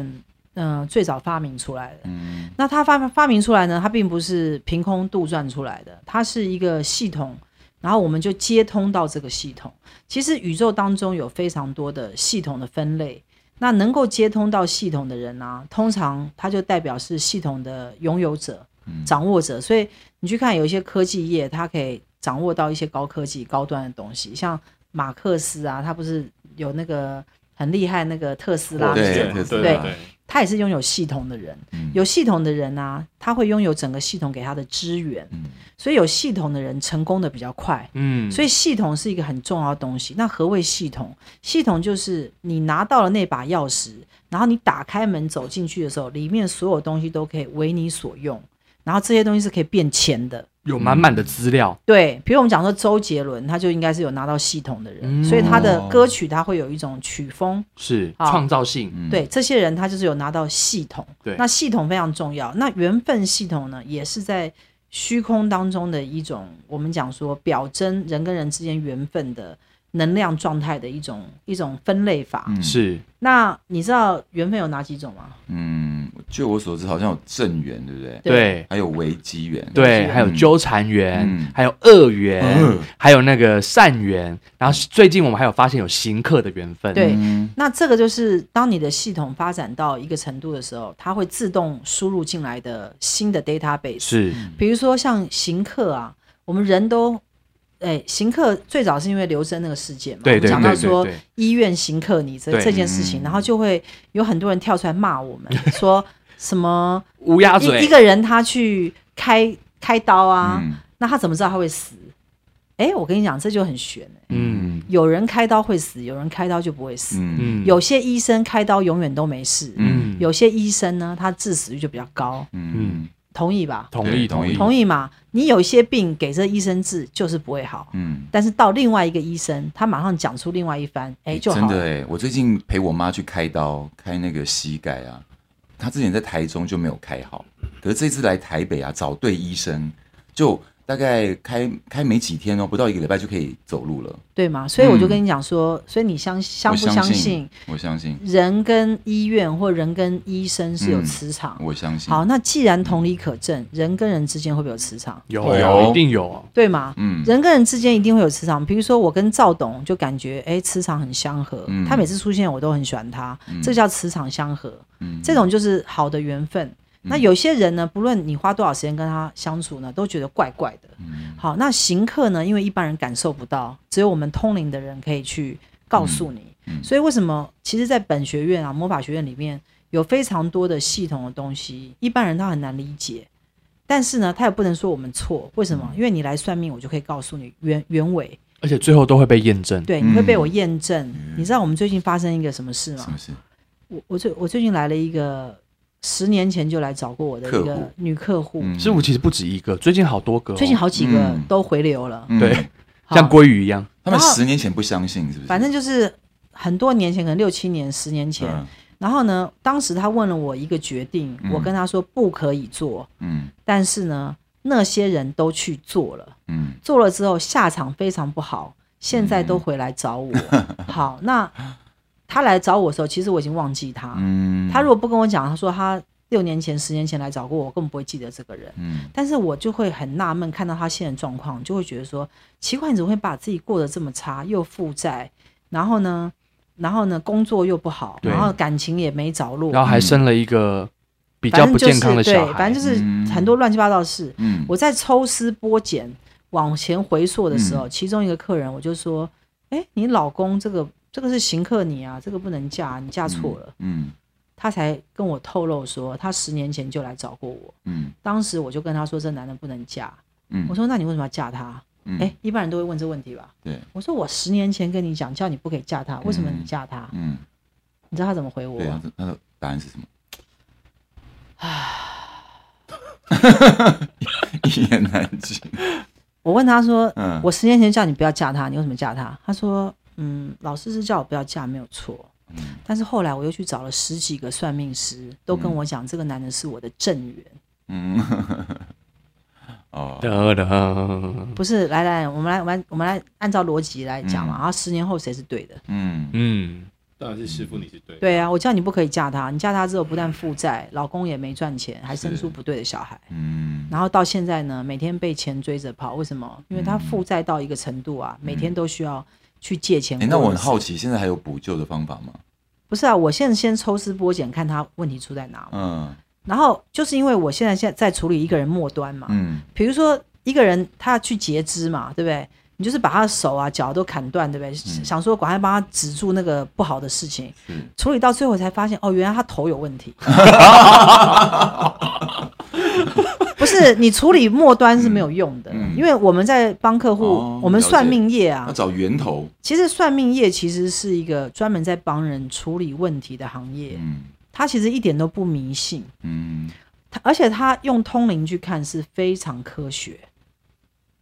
S1: 嗯、呃最早发明出来的。
S4: 嗯
S1: 那它发发明出来呢，它并不是凭空杜撰出来的，它是一个系统，然后我们就接通到这个系统。其实宇宙当中有非常多的系统的分类，那能够接通到系统的人呢、通常他就代表是系统的拥有者、
S4: 嗯
S1: 掌握者。所以你去看有一些科技业，它可以掌握到一些高科技、高端的东西，像马克思啊，他不是有那个很厉害那个特斯拉
S3: 在
S1: 那种
S3: 是
S4: 对
S1: 吗
S3: 啊
S4: 特斯
S3: 对
S1: 对
S3: 对，
S1: 他也是拥有系统的人，
S4: 嗯
S1: 有系统的人啊，他会拥有整个系统给他的资源，
S4: 嗯
S1: 所以有系统的人成功的比较快。
S2: 嗯，
S1: 所以系统是一个很重要的东西。那何谓系统？系统就是你拿到了那把钥匙，然后你打开门走进去的时候，里面所有东西都可以为你所用，然后这些东西是可以变钱的。
S2: 有满满的资料，
S1: 对，比如我们讲说周杰伦，他就应该是有拿到系统的人，
S2: 嗯
S1: 所以他的歌曲他会有一种曲风，
S2: 是
S1: 好
S2: 创造性，
S4: 嗯
S1: 对，这些人他就是有拿到系统，
S2: 对
S1: 那系统非常重要。那缘分系统呢，也是在虚空当中的一种，我们讲说表征人跟人之间缘分的能量状态的一种一种分类法。
S4: 嗯
S2: 是
S1: 那你知道缘分有哪几种吗？
S4: 嗯，据我所知，好像有正缘，对不对？
S2: 对。
S4: 还有危机缘，
S2: 对，还有
S4: 嗯
S2: 纠缠缘，
S4: 嗯
S2: 还有恶缘，
S4: 嗯
S2: 还有那个善缘，然后最近我们还有发现有行客的缘分，
S1: 对
S4: 嗯
S1: 那这个就是当你的系统发展到一个程度的时候，它会自动输入进来的新的 database。
S2: 是，
S4: 嗯
S1: 比如说像行客啊，我们人都，哎，行客最早是因为刘真那个事件嘛，
S2: 对对
S1: 我们讲到
S2: 对对
S1: 说
S2: 对
S1: 医院行客你这
S2: 对
S1: 这件事情，
S4: 嗯
S1: 然后就会有很多人跳出来骂我 们，说什么
S2: 乌鸦
S1: 一
S2: 嘴
S1: 一个人他去开开刀啊，
S4: 嗯
S1: 那他怎么知道他会死？哎，我跟你讲，这就很悬、欸、
S2: 嗯
S1: 有人开刀会死，有人开刀就不会死。
S4: 嗯
S2: 嗯，
S1: 有些医生开刀永远都没事，
S2: 嗯
S1: 有些医生呢，他致死率就比较高，
S4: 嗯
S1: 同意吧？
S2: 同
S4: 对
S2: 意
S4: 同
S2: 同
S4: 意
S2: 意，
S1: 同意嘛？你有一些病给这医生治就是不会好，
S4: 嗯，
S1: 但是到另外一个医生，他马上讲出另外一番，哎、就
S4: 真
S1: 好
S4: 的
S1: 了。
S4: 哎，我最近陪我妈去开刀，开那个膝盖啊，她之前在台中就没有开好，可是这次来台北啊，找对医生，就大概开开没几天哦，不到一个礼拜就可以走路了。
S1: 对吗？所以我就跟你讲说，所以你相相
S4: 嗯我
S1: 不相
S4: 信？我相信，
S1: 人跟医院或人跟医生是有磁场？
S4: 嗯我相信。
S1: 好，，那既然同理可证，人跟人之间会不会有磁场？
S2: 有
S4: 对
S2: 有
S4: 哦
S2: 一定有，
S1: 对吗？
S4: 嗯
S1: 人跟人之间一定会有磁场，比如说我跟赵董就感觉哎磁场很相合，
S4: 嗯
S1: 他每次出现我都很喜欢他，这叫磁场相合，
S4: 嗯
S1: 这种就是好的缘分。那有些人呢，不论你花多少时间跟他相处呢，都觉得怪怪的。
S4: 嗯
S1: 好，那行客呢，因为一般人感受不到，只有我们通灵的人可以去告诉你。
S4: 嗯嗯
S1: 所以为什么其实，在本学院啊、魔法学院里面有非常多的系统的东西，一般人他很难理解。但是呢，他也不能说我们错，为什
S4: 嗯
S1: 么？因为你来算命，我就可以告诉你原原委。
S2: 而且最后都会被验证。
S1: 对，
S4: 嗯
S1: 你会被我验证。你知道我们最近发生一个什么事吗
S4: 什？么事？
S1: 我我最我最近来了一个十年前就来找过我的一
S4: 客户
S1: 个女客户，
S4: 嗯
S2: 师傅其实不止一个，最近好多个哦、
S1: 最近好几个
S4: 嗯
S1: 都回流了，
S4: 嗯
S2: 对，
S1: 好
S2: 像鲑鱼一样，
S4: 他们
S1: 然后
S4: 十年前不相信，是不是？嗯
S1: 反正就是很多年前，可能六七年、十年前。然后呢，当时他问了我一个决定，
S4: 嗯
S1: 我跟他说不可以做，
S4: 嗯
S1: 但是呢，那些人都去做了，
S4: 嗯
S1: 做了之后下场非常不好，现在
S2: 嗯
S1: 都回来找我。好，那他来找我的时候，其实我已经忘记他。
S4: 嗯，
S1: 他如果不跟我讲，他说他六年前、十年前来找过我，我根本不会记得这个人。
S4: 嗯
S1: 但是我就会很纳闷，看到他现在的状况，就会觉得说奇怪，你怎么会把自己过得这么差，又负债，然后呢，然后呢，工作又不好，
S2: 对
S1: 然后感情也没着落，
S2: 然后还生了一个比较不健康的小孩，
S1: 反正就是对，反正就
S4: 嗯
S1: 是很多乱七八糟的事。
S4: 嗯，
S1: 我在抽丝剥茧往前回溯的时
S4: 嗯
S1: 候，其中一个客人我就说：“哎，你老公这个这个是行客你啊，这个不能嫁，你嫁错了。
S4: 嗯
S1: 他才跟我透露说，他十年前就来找过我，
S4: 嗯
S1: 当时我就跟他说，这男的不能嫁。
S4: 嗯，
S1: 我说那你为什么要嫁他？
S4: 嗯
S1: 哎、一般人都会问这问题吧？
S4: 对，
S1: 我说我十年前跟你讲，叫你不可以嫁他，为什么你嫁他？
S4: 嗯，
S1: 你知道他怎么回我
S4: 对
S1: 吗？，
S4: 啊他他的答案是什么？ 一言难尽。
S1: 我问他说，
S4: 嗯，
S1: 我十年前叫你不要嫁他，你为什么嫁他？他说，嗯，老师是叫我不要嫁，没有错。
S4: 嗯
S1: 但是后来我又去找了十几个算命师，都跟我讲这个男人是我的正缘，
S4: 嗯，哦，
S2: 得了，
S1: 不是。来来，我们来，我们来我们来按照逻辑来讲嘛。然后十年后谁是对的？
S4: 嗯
S2: 嗯，
S3: 当然是师傅你是对的，
S1: 对啊，我叫你不可以嫁他，你嫁他之后不但负债，老公也没赚钱，还生
S4: 是
S1: 出不对的小孩。
S4: 嗯
S1: 然后到现在呢，每天被钱追着跑，为什么？因为他负债到一个程度啊，每天都需要去借钱过
S4: 哎、
S1: 日子。
S4: 嗯那我很好奇，现在还有补救的方法吗？
S1: 不是啊，我现在先抽丝剥茧，看他问题出在哪。
S4: 嗯
S1: 然后就是因为我现在现在在处理一个人末端嘛，
S4: 嗯
S1: 比如说一个人他要去截肢嘛，对不对？你就是把他的手啊、脚都砍断，对不对？
S4: 嗯
S1: 想说赶快帮他止住那个不好的事情，处理到最后才发现，哦，原来他头有问 题。 不是你处理末端是没有用的，
S4: 嗯嗯
S1: 因为我们在帮客户，
S4: 哦
S1: 我们
S4: 了解
S1: 算命业
S4: 要
S1: 啊，
S4: 找源头。
S1: 其实算命业其实是一个专门在帮人处理问题的行业，
S4: 嗯
S1: 它其实一点都不迷信，
S4: 嗯
S1: 它而且它用通灵去看是非常科学，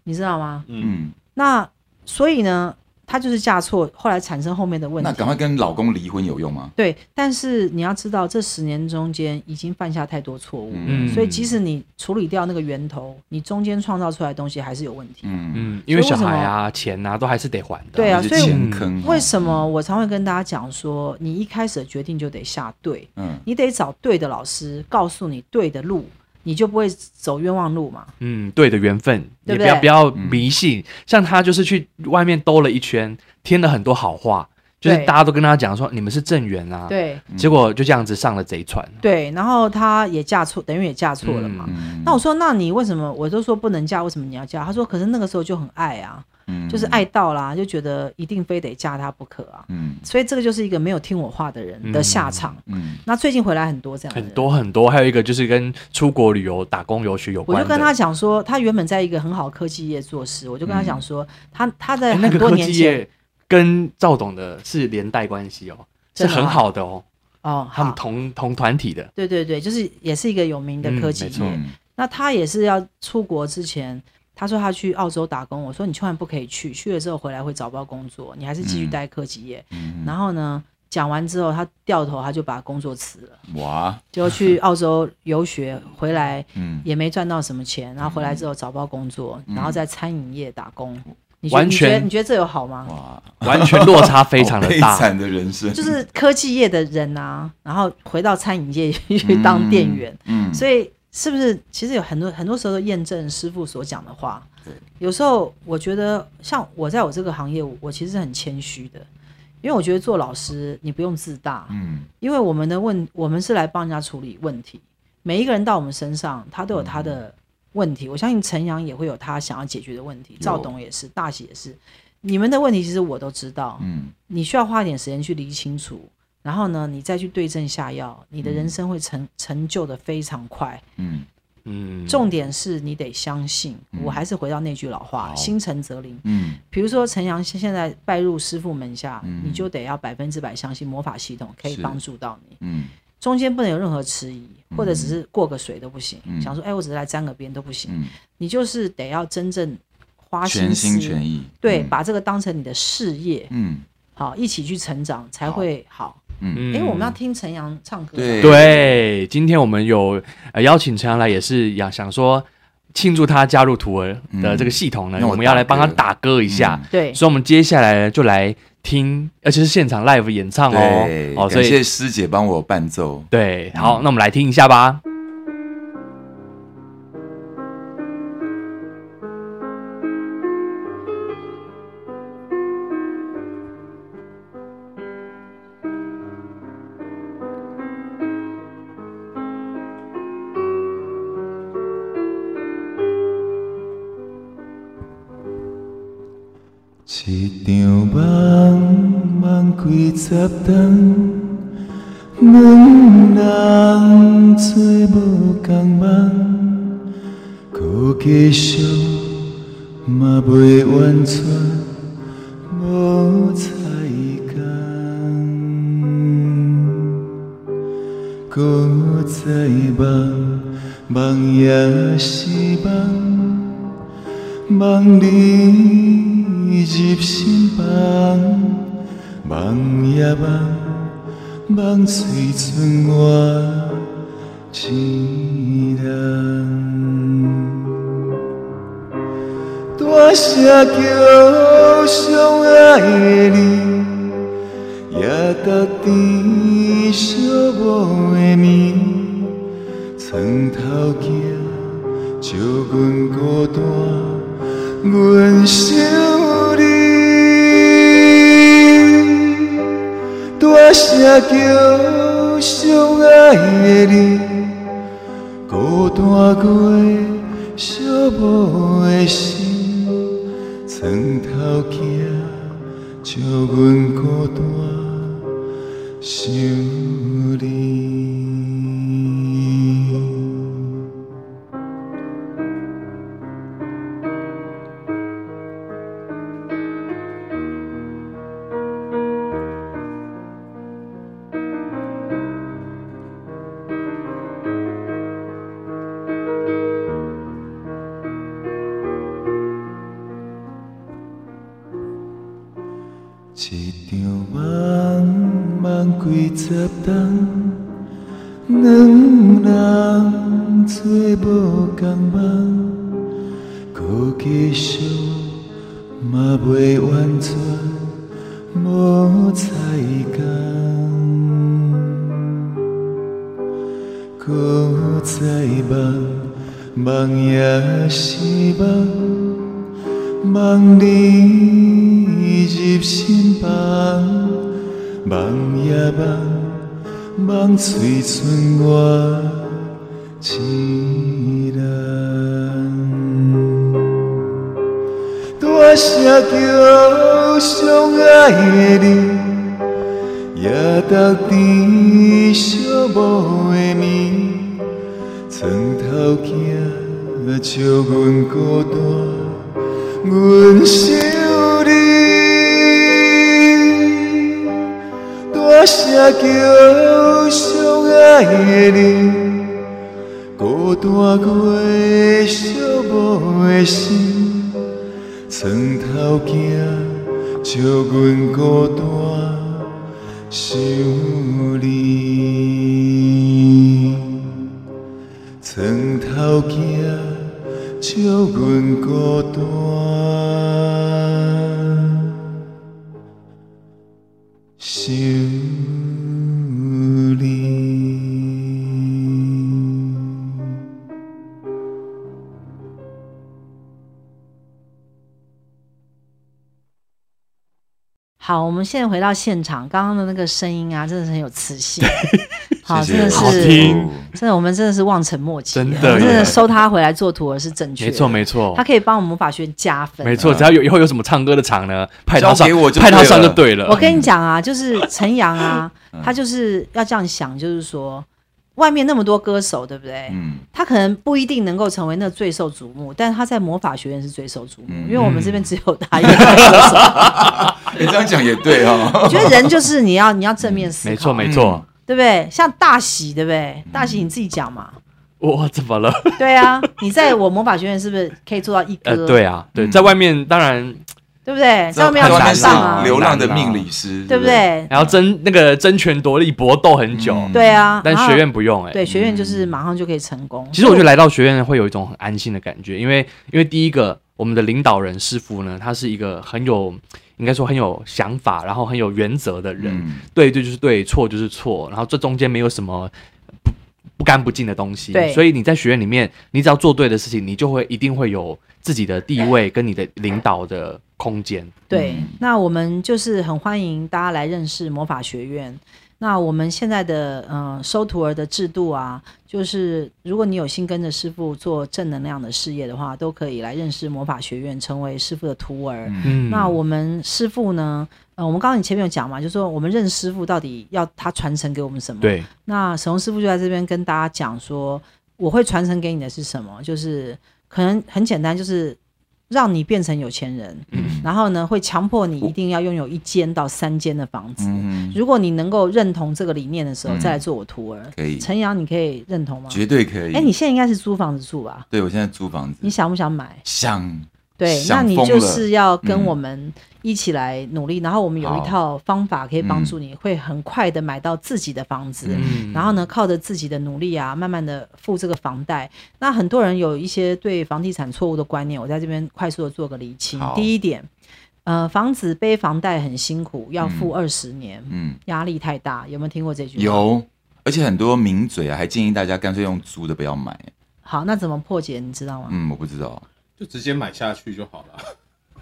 S1: 你知道吗？
S3: 嗯，
S4: 嗯，
S1: 那所以呢，她就是嫁错，后来产生后面的问
S4: 那
S1: 题
S4: 赶。快跟老公离婚有用吗？
S1: 对，但是你要知道，这十年中间已经犯下太多错误了，
S2: 嗯
S1: 所以即使你处理掉那个源头，你中间创造出来的东西还是有问题。
S4: 嗯，
S2: 嗯，因为
S1: 所以
S2: 小
S1: 为什么
S2: 孩啊、钱啊，都还是得还的。
S1: 对啊
S4: 那些
S1: 所以
S4: 钱坑、哦
S1: 为什？么我常会跟大家讲说，你一开始的决定就得下对，
S4: 嗯
S1: 你得找对的老师，告诉你对的路，你就不会走冤枉路嘛。
S2: 嗯，对的缘分，
S1: 对
S2: 也
S1: 不
S2: 不
S1: 对
S2: 要不要迷信。像他就是去外面兜了一圈，添了很多好话，就是
S1: 对
S2: 大家都跟他讲说你们是正缘啊，
S1: 对
S2: 结果就这样子上了贼船。
S1: 对，然后她也嫁错，等于也嫁错了嘛。
S4: 嗯
S1: 那我说，那你为什么？我就说不能嫁，为什么你要嫁？她说，可是那个时候就很爱啊，就是，
S2: 嗯
S1: 爱到啦，就觉得一定非得嫁他不可啊。
S4: 嗯
S1: 所以这个就是一个没有听我话的人的下场。
S4: 嗯
S1: 那最近回来很多这样的人
S2: 很。多很多，还有一个就是跟出国旅游、打工游学有
S1: 我
S2: 关的。
S1: 就跟他讲说，他原本在一个很好的科技业做事，我就跟他讲说，他他在
S2: 嗯哎那
S1: 很
S2: 个
S1: 多
S2: 科
S1: 年
S2: 技
S1: 前、
S2: 业跟赵董的是连带关系哦，是
S1: 真的
S2: 很
S1: 吗
S2: 好的哦，
S1: 哦，
S2: 他们
S1: 好
S2: 同同团体的。
S1: 对对对，就是也是一个有名的科技
S2: 嗯没
S1: 业。
S2: 错
S4: 嗯
S1: 那他也是要出国之前，他说他去澳洲打工，我说你千万不可以去，去了之后回来会找不到工作，你还是继续
S4: 嗯
S1: 待科技业。
S4: 嗯
S1: 然后呢，讲完之后，他掉头他就把工作辞了，
S4: 哇，
S1: 就 去澳洲游学，回来
S4: 嗯，
S1: 也没赚到什么钱，然后回来之后找不到工作，然后在餐饮业打工。你觉
S2: 完全
S1: 你觉得你觉得这有好吗？
S4: 哇，哦
S2: 完全落差非常的
S4: 好悲
S1: 哦
S2: 大。
S4: 惨的人 生，
S1: 就是科技业的人啊，然后回到餐饮业 去当店员，
S4: 嗯，
S1: 所以是不是其实有很多很多时候都验证师傅所讲的话？
S4: 对，
S1: 有时候我觉得像我在我这个行业，我我其实是很谦虚的，因为我觉得做老师你不用自大，
S4: 嗯
S1: 因为我们的问我们是来帮人家处理问题。每一个人到我们身上，他都有他
S4: 嗯
S1: 的问题。我相信陈阳也会有他想要解决的问题，
S4: 有
S1: 赵董也是，大喜也是。你们的问题其实我都知道，
S4: 嗯，
S1: 你需要花一点时间去理清楚，然后呢，你再去对症下药，你的人生会成、成就的非常快。
S4: 嗯，
S2: 嗯，
S1: 重点是你得相信，
S4: 嗯
S1: 我还是回到那句老话，心诚则灵。
S4: 嗯，
S1: 比如说陈阳现现在拜入师傅门下，
S4: 嗯
S1: 你就得要百分之百相信魔法系统可以
S4: 是
S1: 帮助到你，
S4: 嗯，
S1: 中间不能有任何迟疑，
S4: 嗯
S1: 或者只是过个水都不行，
S4: 嗯
S1: 想说哎我只是来沾个边都不行，
S4: 嗯，
S1: 你就是得要真正花
S4: 全
S1: 心思，
S4: 心全意，
S1: 嗯对，
S4: 嗯，
S1: 把这个当成你的事业，
S4: 嗯
S1: 好一起去成长才会好。
S4: 嗯，
S1: 哎、我们要听陈阳唱歌，
S4: 对
S2: 对，今天我们有呃邀请陈阳来，也是想想说庆祝他加入徒儿的这个系统呢，
S4: 嗯
S2: 我们要来帮他打歌一嗯下。
S1: 对
S2: 所以，我们接下来呢就来听，而且是现场 live 演唱哦
S4: 对，。
S2: 哦，所
S4: 感
S2: 以
S4: 谢师姐帮我伴奏，
S2: 对，好，那我们来听一下吧。
S5: 一场梦，梦几十冬，两人做无共梦，搁继续嘛袂完全无彩工，搁再梦，梦也是梦。望你入心房，望呀望，望只剩我一人。大声叫相爱的你，也值甜寂寞的暝，床头镜。照阮孤单，阮想你。大声叫相爱的你，孤单过寂寞的心，床头镜照阮孤单，想你。一场梦，梦几十冬，两人做无共梦，搁继续嘛袂完全无彩工，搁再梦，梦也是梦。望你入心房，望呀望，望只剩我一人。大声叫相爱的你，也值甜寂寞的暝，床头镜照阮孤单。阮想你，大声叫相爱的你，孤单过寂寞的心，床头镜照阮孤单想你，床头镜。照阮孤单，想你。
S1: 好，我们现在回到现场，刚刚的那个声音啊，真的是很有磁性。好，
S4: 谢哦
S1: 真
S4: 谢
S1: 的
S2: 好
S1: 是
S2: 听
S1: 真的，我们真的是望尘莫及，啊
S2: 真的
S1: 真
S2: 耶
S1: 的收他回来做徒儿是正确的，
S2: 没错没错
S1: 他，可以帮我们魔法学院加分，啊
S2: 没错，只要有以后有什么唱歌的场呢，派他
S4: 交
S2: 上
S4: 给我就
S2: 派他上
S4: 对
S2: 就
S4: 了
S2: 对了。
S1: 我跟你讲啊，就是
S2: 嗯
S1: 陈阳啊，他就是要这样想，就是说，外面那么多歌手，对不对？
S4: 嗯，
S1: 他可能不一定能够成为那最受瞩目，但是他在魔法学院是最受瞩目，
S4: 嗯
S1: 因为我们这边只有他一个歌手。
S4: 你哎这样讲也对哦。
S1: 我觉得人就是你要你要正面思考，
S2: 嗯没嗯错
S4: 嗯
S2: 没错，
S1: 对不对？像大喜，对不对？大喜你自己讲嘛，
S2: 我怎么了？
S1: 对啊，你在我魔法学院是不是可以做到一哥？
S2: 呃，对啊，对，
S4: 嗯
S2: 在外面当然
S1: 对不对？
S4: 在
S1: 上面要
S4: 外
S1: 很
S4: 面
S2: 很
S4: 是
S1: 棒
S2: 难啊嗯
S1: 啊，
S4: 流浪的命理师，
S1: 对不？对？
S2: 还要争那个争权夺利搏斗很久，
S4: 嗯
S1: 对啊，
S2: 但
S1: 然后
S2: 学院不嗯用哎、
S1: 对学院就是马上就可以成功。
S2: 其实我觉得来到学院会有一种很安心的感觉，因为因为第一个，我们的领导人师傅呢，他是一个很有应该说很有想法，然后很有原则的人，
S4: 嗯
S2: 对对就是对，错就是错，然后这中间没有什么不不干不净的东西。
S1: 对
S2: 所以你在学院里面，你只要做对的事情，你就会一定会有自己的地位跟你的领导的空间。
S1: 对
S4: 嗯，
S1: 那我们就是很欢迎大家来认识魔法学院。那我们现在的嗯、呃收徒儿的制度啊，就是如果你有心跟着师傅做正能量的事业的话，都可以来认识魔法学院，成为师傅的徒儿。
S2: 嗯
S1: 那我们师傅呢？呃，我们刚刚你前面有讲嘛，就说我们认师傅到底要他传承给我们什
S4: 嗯
S1: 么？
S2: 对
S1: 那沈宏师傅就在这边跟大家讲说，我会传承给你的是什么？就是可能很简单，就是让你变成有钱人，
S4: 嗯
S1: 然后呢，会强迫你一定要拥有一间到三间的房子。
S4: 嗯，
S1: 如果你能够认同这个理念的时候，
S4: 嗯
S1: 再来做我徒儿。
S4: 可以，
S1: 陈阳，你可以认同吗？
S4: 绝对可以。
S1: 哎，你现在应该是租房子住吧？
S4: 对我现在租房子
S1: 你，想不想买？
S4: 想
S1: 对，那
S4: 想
S1: 你
S4: 疯
S1: 就
S4: 了
S1: 是要跟
S4: 嗯
S1: 我们一起来努力，然后我们有一
S4: 好
S1: 套方法可以帮助你，会很快的买到自己的房子。
S4: 嗯
S1: 然后呢，靠着自己的努力啊，慢慢的付这个房贷。那很多人有一些对房地产错误的观念，我在这边快速的做个厘清
S4: 好。
S1: 第一点，呃，房子背房贷很辛苦，要付二十年，
S4: 嗯
S1: 压力太大。有没有听过这句话？。
S4: 有，而且很多名嘴啊，还建议大家干脆用租的，不要买。
S1: 好，那怎么破解？你知道吗？
S4: 嗯，我不知道，
S3: 就直接买下去就好了。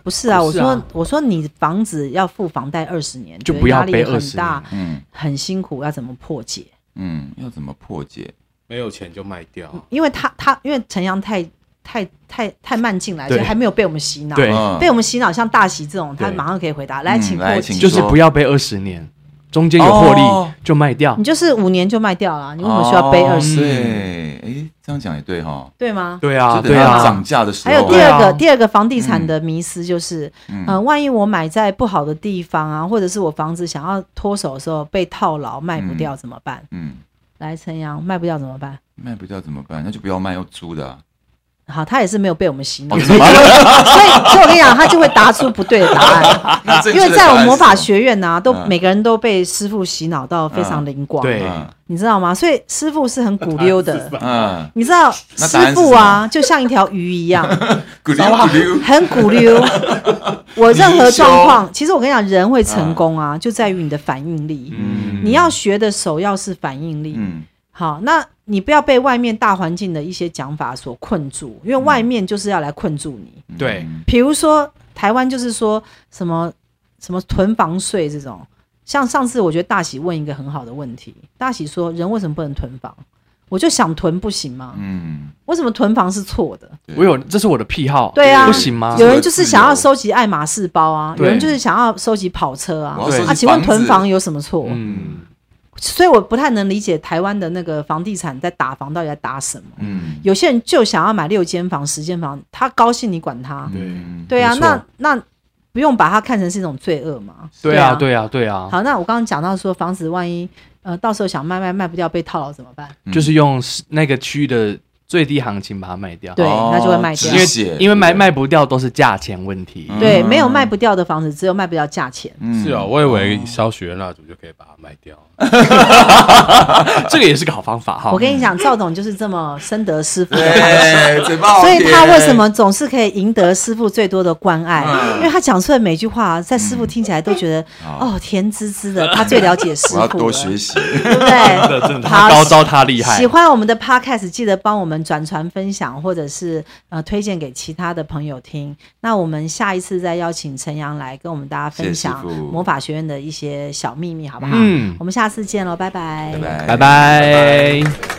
S1: 不是啊，
S2: 不
S1: 我
S2: 是啊
S1: 说我说你房子要付房贷二十年，
S2: 就
S1: 觉得
S2: 不要
S1: 压力
S2: 背
S1: 很
S2: 20
S1: 大，
S4: 嗯
S1: 很辛苦，要怎么破解？
S4: 嗯，要怎么破解？
S3: 没有钱就卖掉，
S1: 因为他他因为陈阳太太太太慢进来，所以
S2: 对
S1: 还没有被我们洗脑。
S2: 对
S4: 嗯
S1: 被我们洗脑，像大喜这种，他
S2: 对
S1: 马上可以回答。来，
S4: 嗯
S1: 请
S4: 来
S1: 破
S4: 请
S1: 解。
S2: 就是不要背二十年，中间有获利
S4: 哦
S2: 就卖掉
S1: 你。就是五年就卖掉了，你为什么需要背
S4: 哦
S1: 二十、
S4: 对，哎，这样讲也对哈。
S1: 对吗？
S2: 对嗯啊，
S4: 就等
S2: 对
S4: 它
S2: 啊
S4: 涨，价的时候，
S1: 还有第二个、
S2: 对啊
S1: 第二个房地产的迷思就是，
S4: 嗯
S1: 嗯、万一我买在不好的地方啊，或者是我房子想要脱手的时候被套牢卖不掉怎么办？
S4: 嗯，
S1: 来，陈阳卖不掉怎么办？
S4: 卖不掉怎么办？那就不要卖，要租的啊。
S1: 好，他也是没有被我们洗脑，
S4: 哦
S1: 所以就所以所以我跟你讲，他就会答出不对的答案，
S4: 那正
S1: 因
S4: 确的
S1: 为在
S4: 答
S1: 我
S4: 案
S1: 们
S4: 是
S1: 魔法
S4: 什么，
S1: 学院呢、啊，都、
S4: 嗯
S1: 每个人都被师傅洗脑到非常灵光，
S2: 对
S4: 啊
S1: 你知道吗？所以师傅是很鼓溜 的。
S4: 嗯，
S1: 你知道
S4: 那
S1: 师
S4: 答案是
S1: 傅啊，就像一条鱼一 样，
S4: 咕溜 咕溜，
S1: 很鼓溜。我任何状况，其实我跟你讲，人会成功
S4: 嗯
S1: 啊，就在于你的反应力。
S2: 嗯
S1: 你要学的首要是反应力。
S4: 嗯
S1: 好，那你不要被外面大环境的一些讲法所困住，因为外面就是要来困住你。
S2: 对
S1: 比如说台湾就是说什么什么囤房税这种，像上次我觉得大喜问一个很好的问题，大喜说人为什么不能囤房？我就想囤不行吗？
S4: 嗯，哦
S1: 为什么囤房是错的？
S2: 我有这是我的癖好，
S1: 对啊
S2: 不行吗？
S1: 有人就是想要收集爱马仕包啊，有
S2: 对
S1: 人就是想要收集跑车啊
S4: 我要
S2: 对
S4: 收集
S1: 啊，请问
S4: 房
S1: 囤
S4: 子
S1: 房有什么错？
S2: 嗯，
S1: 所以我不太能理解台湾的那个房地产在打房到底在打什么。
S4: 嗯，
S1: 有些人就想要买六间房、十间房，他高兴你管
S4: 嗯
S1: 他，
S4: 对
S1: 对啊，
S2: 没错
S1: 那那不用把它看成是一种罪恶嘛？
S2: 对啊，对啊，对啊，
S1: 好，那我刚刚讲到说，房子万一呃到时候想卖卖卖不掉被套牢怎么办？
S4: 嗯
S2: 就是用那个区域的最低行情把它卖掉。
S1: 对
S4: 哦
S1: 那就会卖掉
S2: 因
S4: 止血
S2: 为因为卖卖不掉都是价钱问题。
S4: 嗯
S1: 对，没有卖不掉的房子，只有卖不掉价钱。
S4: 嗯
S3: 是哦，我以为烧许愿蜡烛就可以把它卖掉。
S2: 这个也是个好方法哈。
S1: 我 跟你讲，赵董就是这么深得师傅的
S4: 对，哦嘴巴 好
S1: 所以
S4: 甜
S1: 他为什么总是可以赢得师傅最多的关爱？
S4: 嗯
S1: 因为他讲出的每句话，啊在师傅听起来都觉得、哦甜滋滋的，他最了解师 傅了，
S4: 我要 多学习？
S1: 对不对？
S2: 真的，
S1: 好
S2: 他高招他厉害
S1: 喜。欢我们的 podcast，记得帮我们转传分享，或者是呃推荐给其他的朋友听。那我们下一次再邀请陈阳来跟我们大家分享
S4: 谢谢师父
S1: 魔法学院的一些小秘密，好不好？
S2: 嗯
S1: 我们下次见喽，拜拜
S4: 拜
S2: 拜
S4: 拜，
S2: 拜